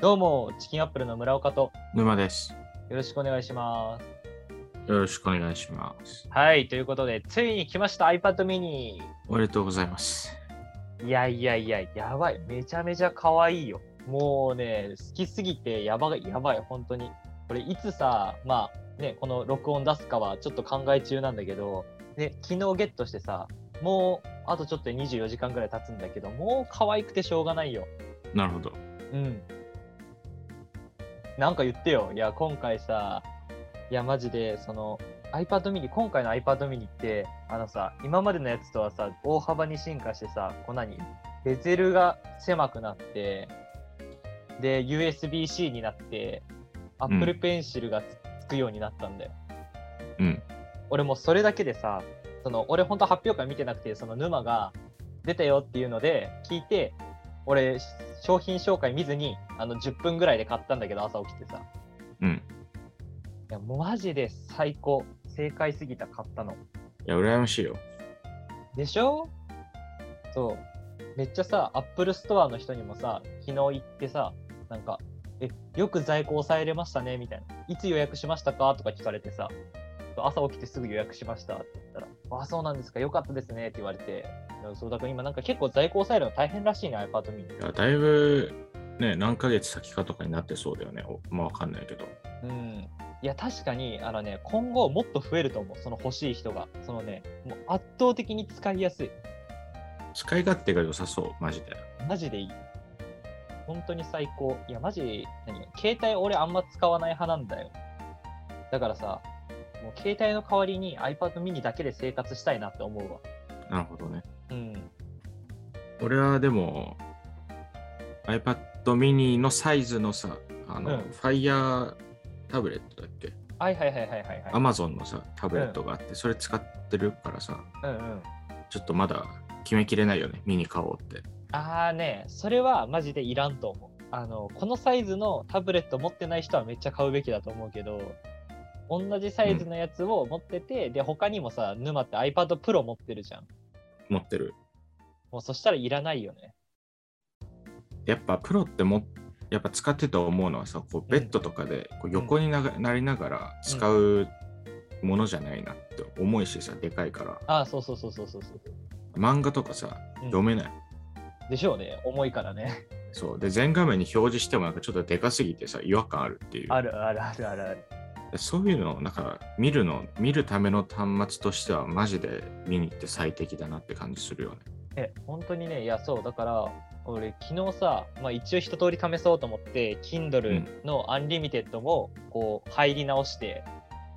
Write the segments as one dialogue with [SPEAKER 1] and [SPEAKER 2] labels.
[SPEAKER 1] どうも、チキンアップルの村岡と、
[SPEAKER 2] 沼です。
[SPEAKER 1] よろしくお願いします。
[SPEAKER 2] よろしくお願いします。
[SPEAKER 1] はい、ということで、ついに来ました iPad mini。
[SPEAKER 2] おめでとうございます。
[SPEAKER 1] いやいやいや、やばい。めちゃめちゃ可愛いよ。もうね、好きすぎてやばい、やばい、本当に。これ、いつさ、まあ、ね、この録音出すかはちょっと考え中なんだけど、で、昨日ゲットしてさ、もう、あとちょっとで24時間ぐらい経つんだけど、もう可愛くてしょうがないよ。
[SPEAKER 2] なるほど。
[SPEAKER 1] うん。なんか言ってよ。いや、今回さ、いや、マジで、その、iPad mini、今回の iPad mini って、あのさ、今までのやつとはさ、大幅に進化してさ、こう何ベゼルが狭くなって、で、USB-C になって、
[SPEAKER 2] ん
[SPEAKER 1] Apple Pencil がつ,、くようになったんだよ。
[SPEAKER 2] うん。
[SPEAKER 1] 俺もうそれだけでさ、その、俺本当発表会見てなくて、その沼が出たよっていうので聞いて、俺、商品紹介見ずに、あの、10分ぐらいで買ったんだけど、朝起きてさ。
[SPEAKER 2] うん。
[SPEAKER 1] いや、もうマジで最高。正解すぎた、買ったの。
[SPEAKER 2] いや、羨ましいよ。
[SPEAKER 1] でしょそう。めっちゃさ、アップルストアの人にもさ、昨日行ってさ、なんか、え、よく在庫抑えれましたね、みたいな。いつ予約しましたかとか聞かれてさ、朝起きてすぐ予約しましたって言ったら、あ、そうなんですか、よかったですねって言われて、そうだから今なんか結構在庫抑えるの大変らしいね、iPad mini。
[SPEAKER 2] いや、だいぶ、ね、何ヶ月先かとかになってそうだよね。おまあ、わかんないけど。
[SPEAKER 1] うん、いや確かにあの、ね、今後もっと増えると思う、その欲しい人が。そのね、もう圧倒的に使いやすい。
[SPEAKER 2] 使い勝手が良さそう、マジで。
[SPEAKER 1] マジでいい。本当に最高。いや、マジ、何携帯俺あんま使わない派なんだよ。だからさ、もう携帯の代わりに iPad mini だけで生活したいなって思うわ。
[SPEAKER 2] なるほどね。
[SPEAKER 1] うん。
[SPEAKER 2] 俺はでも、iPad mini のサイズのさ、あの、
[SPEAKER 1] うん
[SPEAKER 2] Fire タブレットだっけ
[SPEAKER 1] はいはいはいはいはい、はい。
[SPEAKER 2] ?Amazon のさ、タブレットがあって、それ使ってるからさ、
[SPEAKER 1] うんうん。
[SPEAKER 2] ちょっとまだ決めきれないよね。ミニ買おうって。
[SPEAKER 1] あーね、それはマジでいらんと思う。あの、このサイズのタブレット持ってない人はめっちゃ買うべきだと思うけど、同じサイズのやつを持ってて、で、他にもさ、沼って iPad Pro 持ってるじゃん。
[SPEAKER 2] 持ってる。
[SPEAKER 1] もうそしたらいらないよね。
[SPEAKER 2] やっぱプロってもやっぱ使ってて思うのはさこうベッドとかでこう横にながなりながら使うものじゃないなって重いしさでかいから
[SPEAKER 1] あー、そうそうそうそうそうそう。
[SPEAKER 2] 漫画とかさ
[SPEAKER 1] うん
[SPEAKER 2] 読めない、
[SPEAKER 1] でしょうね、重いからね。
[SPEAKER 2] そうで全画面に表示してもなんかちょっとでかすぎてさ違和感あるってい う
[SPEAKER 1] あるあるあるあるある。
[SPEAKER 2] でそういうのをなんか見るの見るための端末としてはマジで見に行って最適だなって感じするよね
[SPEAKER 1] え、本当にね、いや、そう、だから、俺、昨日さ、まあ、一応一通り試そうと思って、Kindle の Unlimited も、こう、入り直して、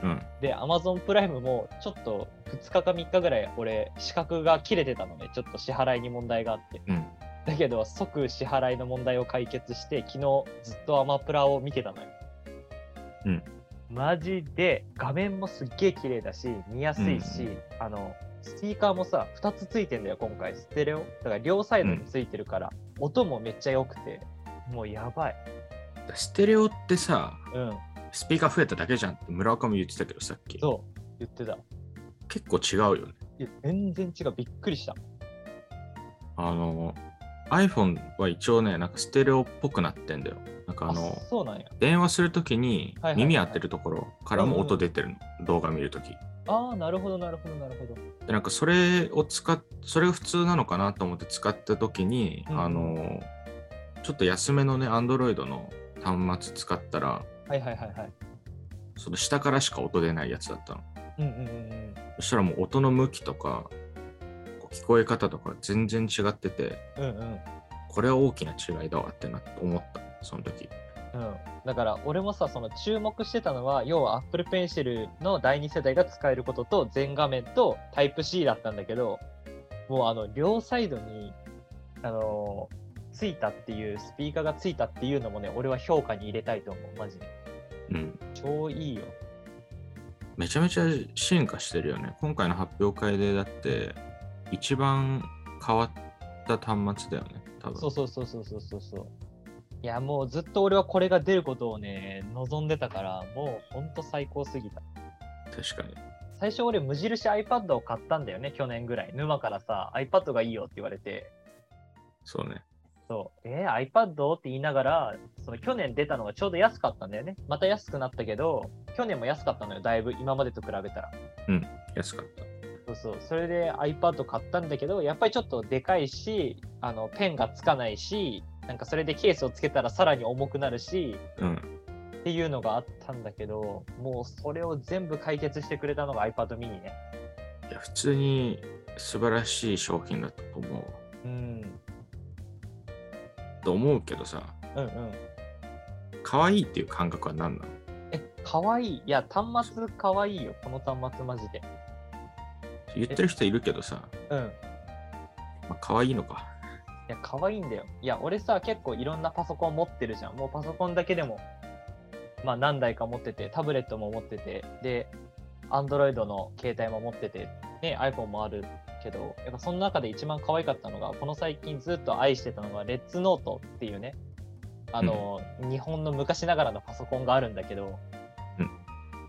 [SPEAKER 2] うん
[SPEAKER 1] で、Amazon プライムも、ちょっと、2日か3日ぐらい、俺、資格が切れてたのね、ちょっと支払いに問題があって。
[SPEAKER 2] うん
[SPEAKER 1] だけど、即支払いの問題を解決して、昨日、ずっとアマプラを見てたのよ。
[SPEAKER 2] うん。
[SPEAKER 1] マジで、画面もすっげえ綺麗だし、見やすいし、
[SPEAKER 2] うん
[SPEAKER 1] あの、スピーカーもさ、2つついてんだよ、今回、ステレオ。だから、両サイドについてるから、音もめっちゃ良くて、もうやばい。
[SPEAKER 2] だからステレオってさ
[SPEAKER 1] うん。
[SPEAKER 2] スピーカー増えただけじゃんって村岡も言ってたけどさっき
[SPEAKER 1] そう、言ってた。
[SPEAKER 2] 結構違うよね
[SPEAKER 1] いや、全然違う、びっくりした。
[SPEAKER 2] あの iPhone は一応ねなんかステレオっぽくなってんだよなんかあの
[SPEAKER 1] そうなんや。
[SPEAKER 2] 電話するときに
[SPEAKER 1] はいはいはい
[SPEAKER 2] 耳当てるところからも音出てるの、動画見るとき
[SPEAKER 1] ああ、なるほど、なるほど、なるほど。
[SPEAKER 2] でなんかそれを使っそれが普通なのかなと思って使ったときに、
[SPEAKER 1] うん
[SPEAKER 2] あのちょっと安めのね Android の端末使ったら
[SPEAKER 1] はいはいはいはい。
[SPEAKER 2] その下からしか音出ないやつだったの
[SPEAKER 1] うんうんうんうん。
[SPEAKER 2] そしたらもう音の向きとかこう聞こえ方とか全然違ってて
[SPEAKER 1] うんうん。
[SPEAKER 2] これは大きな違いだわってな思ったその時
[SPEAKER 1] うん、だから俺もさその注目してたのは要は Apple Pencil の第2世代が使えることと全画面と Type-C だったんだけどもうあの両サイドに、あのーついたっていうスピーカーがついたっていうのもね俺は評価に入れたいと思うマジで
[SPEAKER 2] うん
[SPEAKER 1] 超いいよ
[SPEAKER 2] めちゃめちゃ進化してるよね。今回の発表会でだって、一番変わった端末だよね、多分。
[SPEAKER 1] そうそうそうそうそうそうそういやもうずっと俺はこれが出ることをね望んでたからもうほんと最高すぎた
[SPEAKER 2] 確かに。
[SPEAKER 1] 最初俺無印 iPad を買ったんだよね去年ぐらい沼からさ iPad がいいよって言われて
[SPEAKER 2] そうね。
[SPEAKER 1] そう、えー、iPad って言いながら、その去年出たのがちょうど安かったんだよね。また安くなったけど、去年も安かったのよ、だいぶ、今までと比べたら。
[SPEAKER 2] 安かった。
[SPEAKER 1] そうそう、それで iPad 買ったんだけど、やっぱりちょっとでかいし、あのペンがつかないし、なんかそれでケースをつけたらさらに重くなるし
[SPEAKER 2] うん。
[SPEAKER 1] っていうのがあったんだけど、もうそれを全部解決してくれたのが iPad mini ね。
[SPEAKER 2] いや、普通に素晴らしい商品だと思う。
[SPEAKER 1] うん、
[SPEAKER 2] と思うけどさ、
[SPEAKER 1] うん、うん。
[SPEAKER 2] 可愛いっていう感覚は何なの
[SPEAKER 1] え、かわいい。いや、端末かわいいよ、この端末マジで。
[SPEAKER 2] 言ってる人いるけどさ、
[SPEAKER 1] うん。
[SPEAKER 2] まあ、可愛いのか。
[SPEAKER 1] いや、可愛いんだよ。いや、俺さ、結構いろんなパソコン持ってるじゃん。もうパソコンだけでも、まあ何台か持ってて、タブレットも持ってて、で、Android の携帯も持ってて、ね、iPhone もあるけど、やっぱその中で一番可愛かったのが、この最近ずっと愛してたのが、レッツノートっていうね、あの、日本の昔ながらのパソコンがあるんだけど、
[SPEAKER 2] うん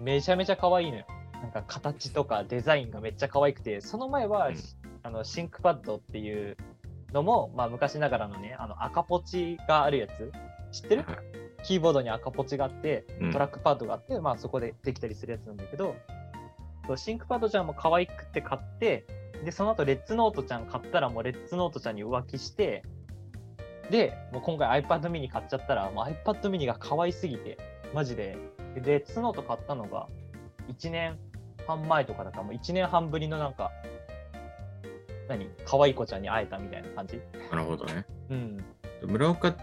[SPEAKER 1] めちゃめちゃ可愛いのよ。なんか形とかデザインがめっちゃ可愛くて、その前は、
[SPEAKER 2] うん
[SPEAKER 1] あのシンクパッドっていうのも、まあ、昔ながらのね、あの赤ポチがあるやつ、知ってる
[SPEAKER 2] はい
[SPEAKER 1] キーボードに赤ポチがあって、
[SPEAKER 2] うん
[SPEAKER 1] トラックパッドがあって、まあそこでできたりするやつなんだけど、そうシンクパッドちゃんも可愛くて買って、で、その後レッツノートちゃん買ったらもうレッツノートちゃんに浮気して、で、もう今回 iPad mini 買っちゃったら、もう iPad mini が可愛すぎて、マジで、でレッツノート買ったのが1年半前とかだから、もう1年半ぶりのなんか、何可愛い子ちゃんに会えたみたいな感じ
[SPEAKER 2] なるほどね。
[SPEAKER 1] うん。
[SPEAKER 2] 村岡っ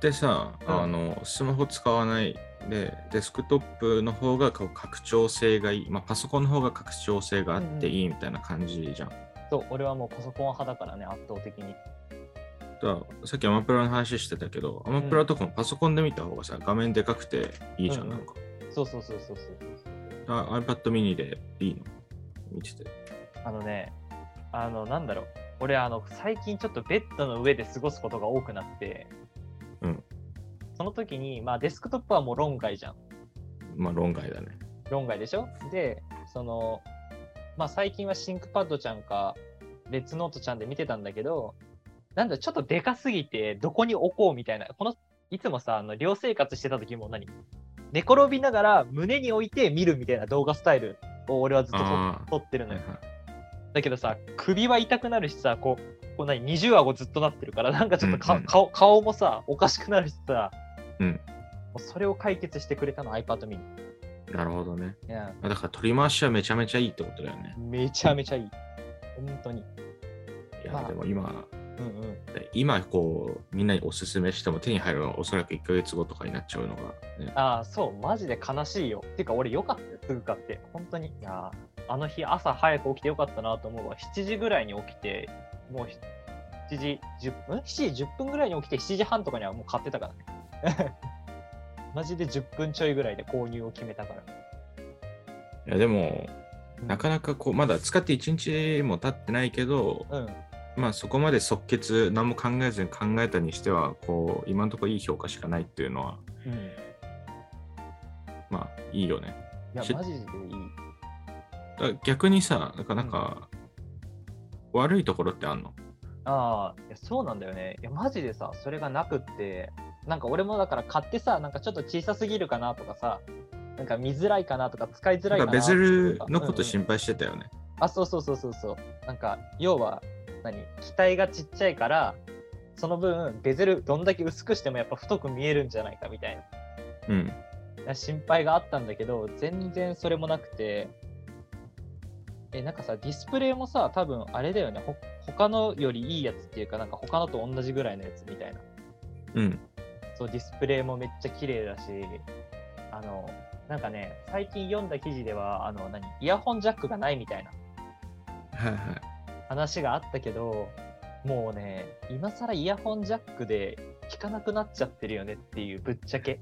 [SPEAKER 2] てさ、
[SPEAKER 1] うん
[SPEAKER 2] あのスマホ使わないでデスクトップの方がこう拡張性がいい、まあ、パソコンの方が拡張性があっていいみたいな感じじゃん。
[SPEAKER 1] そう、俺はもうパソコン派だからね、圧倒的に。
[SPEAKER 2] だからさっきアマプラの話してたけどアマプラとかもパソコンで見た方がさ画面でかくていいじゃん、
[SPEAKER 1] うん
[SPEAKER 2] なんか。
[SPEAKER 1] そうそうそうそうそう。
[SPEAKER 2] あ iPad mini でいいの見てて。
[SPEAKER 1] あのね、あの、なんだろう。俺、あの、最近ちょっとベッドの上で過ごすことが多くなって、
[SPEAKER 2] うん
[SPEAKER 1] その時に、まあ、デスクトップはもう論外じゃん。
[SPEAKER 2] まあ論外だね。
[SPEAKER 1] 論外でしょで、その、まあ、最近はシンクパッドちゃんか、レッツノートちゃんで見てたんだけど、なんだ、ちょっとでかすぎて、どこに置こうみたいな、この、いつもさ、あの寮生活してた時も何寝転びながら胸に置いて見るみたいな動画スタイルを俺はずっと撮
[SPEAKER 2] あ
[SPEAKER 1] 撮ってる
[SPEAKER 2] あ、
[SPEAKER 1] の
[SPEAKER 2] はい
[SPEAKER 1] よ
[SPEAKER 2] は。
[SPEAKER 1] だけどさ、首は痛くなるしさ、こう、こう何、二重顎ずっとなってるから、なんかちょっとか、
[SPEAKER 2] うんうん
[SPEAKER 1] 顔顔もさ、おかしくなるしさ、
[SPEAKER 2] うん
[SPEAKER 1] もうそれを解決してくれたの、iPad mini。
[SPEAKER 2] い。なるほどね。
[SPEAKER 1] いや、
[SPEAKER 2] だから取り回しはめちゃめちゃいいってことだよね。
[SPEAKER 1] めちゃめちゃいい。本当に。
[SPEAKER 2] いや、
[SPEAKER 1] まあ
[SPEAKER 2] でも今、
[SPEAKER 1] うんうん。
[SPEAKER 2] 今こうみんなにおすすめしても手に入るのはおそらく1ヶ月後とかになっちゃうのが、ね、
[SPEAKER 1] ああ、そう、マジで悲しいよ。てか、俺よかったよ、すぐ買って。本当に。いやー、あの日、朝早く起きてよかったなと思うわ。7時ぐらいに起きて、もう7時10分 ?7 時10分ぐらいに起きて、7時半とかにはもう買ってたからね。 マジで10分ちょいぐらいで購入を決めたから。
[SPEAKER 2] いやでもなか
[SPEAKER 1] な
[SPEAKER 2] なかこうまだ使って1日も経ってないけど、
[SPEAKER 1] うん。
[SPEAKER 2] まあ、そこまで即決何も考えずに考えたにしてはこう今のところいい評価しかないっていうのは
[SPEAKER 1] うん。い
[SPEAKER 2] まあいいよね
[SPEAKER 1] や、
[SPEAKER 2] し
[SPEAKER 1] マジでいい。
[SPEAKER 2] だから逆にさなかなか悪いところってあんの
[SPEAKER 1] ああ、いやそうなんだよね。いや、マジでさ、それがなくって、なんか俺もだから買ってさ、なんかちょっと小さすぎるかなとかさ、なんか見づらいかなとか使いづら
[SPEAKER 2] なん
[SPEAKER 1] い
[SPEAKER 2] か
[SPEAKER 1] かなと
[SPEAKER 2] ベ
[SPEAKER 1] か
[SPEAKER 2] ゼルのこと
[SPEAKER 1] うんうん
[SPEAKER 2] 心配してたよね、
[SPEAKER 1] あ、そうそうそうそうそう。なんか、要は、何機体がちっちゃいから、その分、ベゼルどんだけ薄くしてもやっぱ太く見えるんじゃないかみたいな。
[SPEAKER 2] うん
[SPEAKER 1] 心配があったんだけど全然それもなくてえなんかさディスプレイもさ多分あれだよねほ他のよりいいやつっていうかなんか他のと同じぐらいのやつみたいな
[SPEAKER 2] うん
[SPEAKER 1] そうディスプレイもめっちゃ綺麗だしあのなんかね最近読んだ記事ではあの何イヤホンジャックがないみたいな
[SPEAKER 2] はいはい
[SPEAKER 1] 話があったけどもうね今更イヤホンジャックで聞かなくなっちゃってるよねっていうぶっちゃけ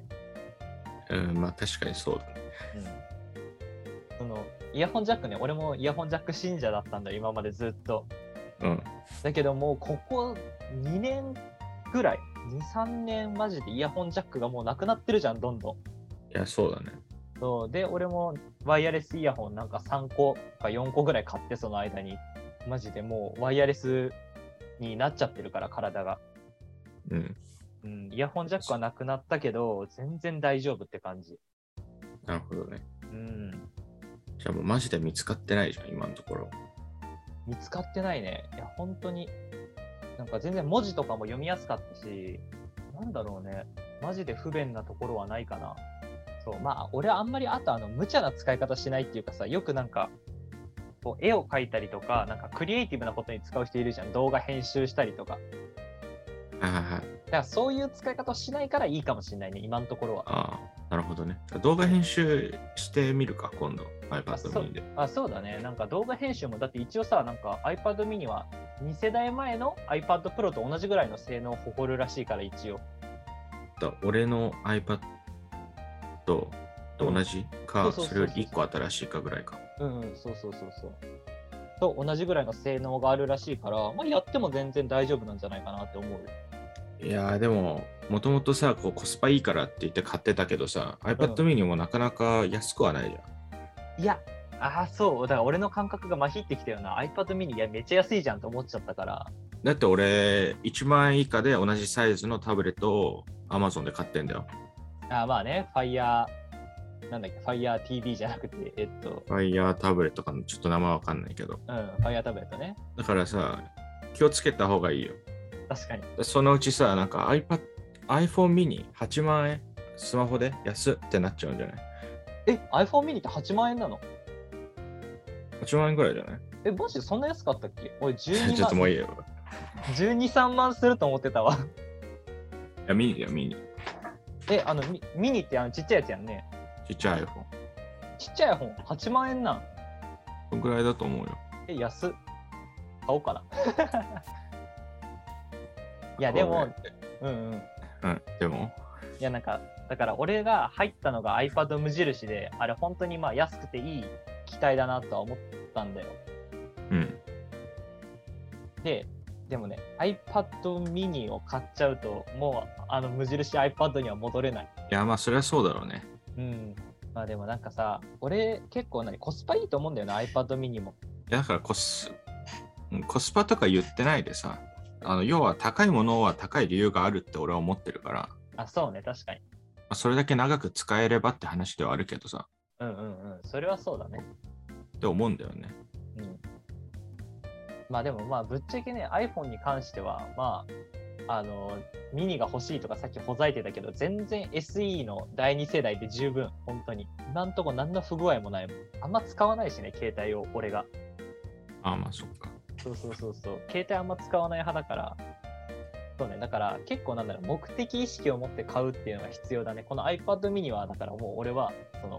[SPEAKER 2] うんまあ確かにそうだ
[SPEAKER 1] そのイヤホンジャックね俺もイヤホンジャック信者だったんだよ今までずっと
[SPEAKER 2] うん
[SPEAKER 1] だけどもうここ2年ぐらい23年マジでイヤホンジャックがもうなくなってるじゃんどんどん
[SPEAKER 2] いやそうだね
[SPEAKER 1] そうで俺もワイヤレスイヤホンなんか3個か4個ぐらい買ってその間にマジでもうワイヤレスになっちゃってるから体が
[SPEAKER 2] うん。
[SPEAKER 1] うん、イヤホンジャックはなくなったけど、全然大丈夫って感じ。
[SPEAKER 2] なるほどね。
[SPEAKER 1] うん。
[SPEAKER 2] じゃあもうマジで見つかってないじゃん、今のところ。
[SPEAKER 1] 見つかってないね。いや、本当に。なんか全然文字とかも読みやすかったし、なんだろうね。マジで不便なところはないかな。そう、まあ、俺はあんまり、あと、あの、無茶な使い方しないっていうかさ、よくなんか、こう絵を描いたりとか、なんかクリエイティブなことに使う人いるじゃん。動画編集したりとか。
[SPEAKER 2] はいはいはい。
[SPEAKER 1] だからそういう使い方をしないからいいかもしれないね、今のところは。
[SPEAKER 2] ああ、なるほどね。動画編集してみるか、今度。iPad
[SPEAKER 1] そう
[SPEAKER 2] mini で。
[SPEAKER 1] あそうだね、なんか動画編集も、だって一応さ、なんか iPad mini は2世代前の iPad Pro と同じぐらいの性能を誇るらしいから、一応。
[SPEAKER 2] だ俺の iPad と同じ
[SPEAKER 1] う
[SPEAKER 2] か、
[SPEAKER 1] んそうそうそうそう
[SPEAKER 2] それより1個新しいかぐらいか。
[SPEAKER 1] うんうん、そうそうそうそう。と同じぐらいの性能があるらしいから、まあ、やっても全然大丈夫なんじゃないかなって思うよ。
[SPEAKER 2] いやーでも、もともとさこう、コスパいいからって言って買ってたけどさ、iPad mini もなかなか安くはないじゃん。
[SPEAKER 1] いや、ああ、そう、だから俺の感覚がまひってきたよな、iPad mini、いや、めっちゃ安いじゃんと思っちゃったから。
[SPEAKER 2] だって俺、1万円以下で同じサイズのタブレットを Amazon で買ってんだよ。
[SPEAKER 1] あーまあね、Fire、なんだっけ、FireTV じゃなくて、えっと、
[SPEAKER 2] Fire タブレットかな、ちょっと名前わかんないけど。
[SPEAKER 1] うん、Fire タブレットね。
[SPEAKER 2] だからさ、気をつけた方がいいよ。
[SPEAKER 1] 確かに。
[SPEAKER 2] そのうちさ、なんか iPad、iPhone mini 8万円、スマホで安ってなっちゃうんじゃない
[SPEAKER 1] え、iPhone mini って8万円なの
[SPEAKER 2] ?8 万円ぐらいじゃない
[SPEAKER 1] え、マジでそんな安かったっけ俺
[SPEAKER 2] いや ちょっ
[SPEAKER 1] 12
[SPEAKER 2] とも
[SPEAKER 1] 万、
[SPEAKER 2] ういいよ。
[SPEAKER 1] 12、3万すると思ってたわ。
[SPEAKER 2] いや、ミニだよ、ミニ。
[SPEAKER 1] え、あの、ミミニってあのちっちゃいやつやんね。
[SPEAKER 2] ちっちゃい iPhone。
[SPEAKER 1] ちっちゃい本8万円なん。
[SPEAKER 2] そんぐらいだと思うよ。
[SPEAKER 1] え、安っ。買おうかな。いや、でも、うんうん。
[SPEAKER 2] うん、でも、
[SPEAKER 1] いや、なんか、だから俺が入ったのが iPad 無印で、あれ本当にまあ安くていい機体だなとは思ったんだよ。
[SPEAKER 2] うん。
[SPEAKER 1] で、でもね、iPad mini を買っちゃうと、もうあの無印 iPad には戻れない。
[SPEAKER 2] いや、まあ、そりゃそうだろうね。
[SPEAKER 1] うん。まあでもなんかさ、俺結構何コスパいいと思うんだよな、iPad mini も。
[SPEAKER 2] いやだからコス、うんコスパとか言ってないでさ、あの要は高いものは高い理由があるって俺は思ってるから、ま
[SPEAKER 1] あ、そうね、確かに。
[SPEAKER 2] あそれだけ長く使えればって話ではあるけどさ、
[SPEAKER 1] うんうんうん。それはそうだね。
[SPEAKER 2] って思うんだよね。
[SPEAKER 1] うん。まあでもまあ、ぶっちゃけね、iPhone に関しては、まあ、あの、ミニが欲しいとかさっきほざいてたけど、全然 SE の第2世代で十分、本当に。なんとこ何の不具合もないもん。あんま使わないしね、携帯を、俺が。
[SPEAKER 2] ああ、まあ、そっか。
[SPEAKER 1] そうそうそうそう。携帯あんま使わない派だから。そうね、だから結構なんだろう、目的意識を持って買うっていうのが必要だね。この iPad mini は、だからもう俺は、その、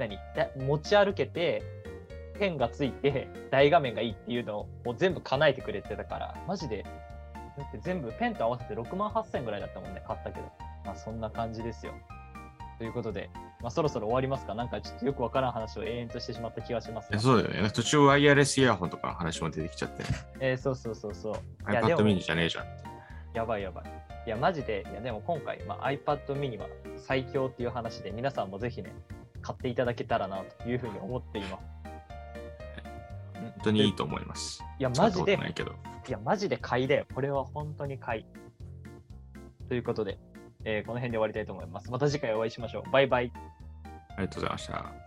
[SPEAKER 1] 何だ持ち歩けて、ペンがついて、大画面がいいっていうのを全部叶えてくれてたから、マジで、だって全部ペンと合わせて6万8000円ぐらいだったもんね、買ったけど。まあそんな感じですよ。ということで、まあそろそろ終わりますか。なんかちょっとよくわからん話を延々としてしまった気がします
[SPEAKER 2] い
[SPEAKER 1] が
[SPEAKER 2] やそうだよね。途中ワイヤレスイヤホンとかの話も出てきちゃって、
[SPEAKER 1] えーそうそうそうそう。いやで
[SPEAKER 2] iPad
[SPEAKER 1] も
[SPEAKER 2] mini じゃねえじゃん。
[SPEAKER 1] やばいやばい。いや、マジで、いや、でも今回、まあ、iPad mini は最強っていう話で、皆さんもぜひね、買っていただけたらなというふうに思っています。
[SPEAKER 2] 本当にいいと思います。
[SPEAKER 1] いや、
[SPEAKER 2] 使
[SPEAKER 1] マ
[SPEAKER 2] った
[SPEAKER 1] ジ
[SPEAKER 2] こ
[SPEAKER 1] で
[SPEAKER 2] とな、いけど。
[SPEAKER 1] いや、マジで買いだよ。これは本当に買い。ということで、えーこの辺で終わりたいと思います。また次回お会いしましょう。バイバイ。
[SPEAKER 2] ありがとうございました。